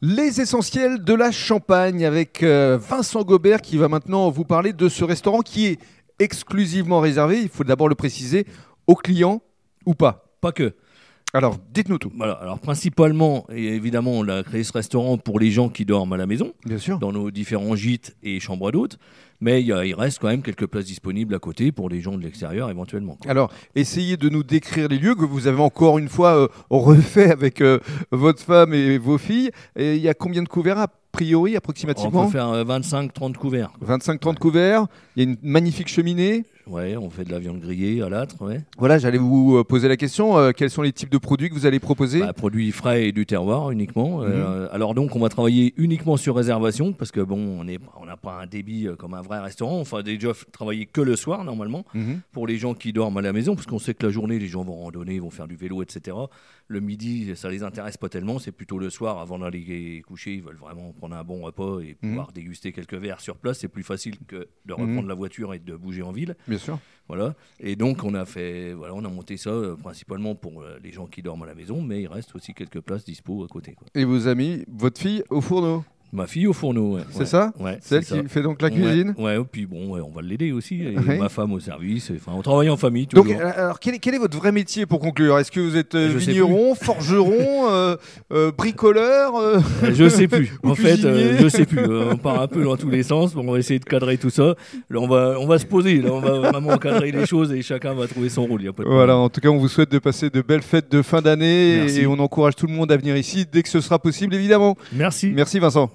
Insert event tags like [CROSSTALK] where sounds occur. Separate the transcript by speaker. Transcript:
Speaker 1: Les essentiels de la Champagne avec euh, Vincent Gobert qui va maintenant vous parler de ce restaurant qui est exclusivement réservé, il faut d'abord le préciser, aux clients ou pas.
Speaker 2: Pas que.
Speaker 1: Alors, dites-nous tout.
Speaker 2: Voilà, alors principalement, et évidemment, on a créé ce restaurant pour les gens qui dorment à la maison,
Speaker 1: Bien sûr.
Speaker 2: dans nos différents gîtes et chambres d'hôtes, mais il, y a- il reste quand même quelques places disponibles à côté pour les gens de l'extérieur éventuellement. quoi.
Speaker 1: Alors, essayez de nous décrire les lieux que vous avez encore une fois euh, refait avec euh, votre femme et vos filles. Et il y a combien de couverts a priori,
Speaker 2: On
Speaker 1: approximativement
Speaker 2: peut faire 25-30 couverts.
Speaker 1: 25-30 couverts. Il y a une magnifique cheminée.
Speaker 2: Ouais, on fait de la viande grillée à l'âtre, ouais.
Speaker 1: Voilà, j'allais vous euh, poser la question. euh, quels sont les types de produits que vous allez proposer
Speaker 2: Bah, produits frais et du terroir uniquement. Euh, alors donc, on va travailler uniquement sur réservation parce que bon, on est- on n'a pas un débit euh, comme un vrai restaurant. On va déjà f- travailler que le soir normalement
Speaker 1: Mhm.
Speaker 2: pour les gens qui dorment à la maison parce qu'on sait que la journée, les gens vont randonner, vont faire du vélo, etc. Le midi, ça les intéresse pas tellement. C'est plutôt le soir avant d'aller coucher. Ils veulent vraiment prendre un bon repas et
Speaker 1: Mhm.
Speaker 2: pouvoir déguster quelques verres sur place. C'est plus facile que de reprendre la voiture et de bouger en ville.
Speaker 1: Bien sûr.
Speaker 2: Voilà. Et donc on a fait, voilà, on a monté ça euh, principalement pour euh, les gens qui dorment à la maison, mais il reste aussi quelques places dispo à côté. quoi.
Speaker 1: Et vos amis, votre fille au fourneau,
Speaker 2: Ma fille au fourneau. ouais.
Speaker 1: c'est
Speaker 2: Ouais.
Speaker 1: ça
Speaker 2: Ouais.
Speaker 1: C'est elle
Speaker 2: c'est
Speaker 1: qui
Speaker 2: ça.
Speaker 1: fait donc la
Speaker 2: Ouais,
Speaker 1: cuisine
Speaker 2: Ouais. et puis bon, ouais, on va l'aider aussi. Et
Speaker 1: Ouais.
Speaker 2: Ma femme au service. et, Enfin, on travaille en famille toujours.
Speaker 1: Donc, euh, alors, quel est, quel est votre vrai métier pour conclure Est-ce que vous êtes euh,
Speaker 2: Je sais plus.
Speaker 1: vigneron, [LAUGHS] forgeron, euh, euh, bricoleur euh,
Speaker 2: Euh, Je sais plus.
Speaker 1: Ou
Speaker 2: En fait, euh,
Speaker 1: cuisinier.
Speaker 2: je sais plus. Euh, on part un peu dans tous les sens. Bon, on va essayer de cadrer tout ça. Là, on va, on va se poser. Là, on va vraiment cadrer les choses et chacun va trouver son rôle. Il y a pas de
Speaker 1: Voilà, en tout cas, on vous souhaite de passer de belles fêtes de fin d'année
Speaker 2: Merci.
Speaker 1: et on encourage tout le monde à venir ici dès que ce sera possible, évidemment.
Speaker 2: problème. Merci.
Speaker 1: Merci Vincent.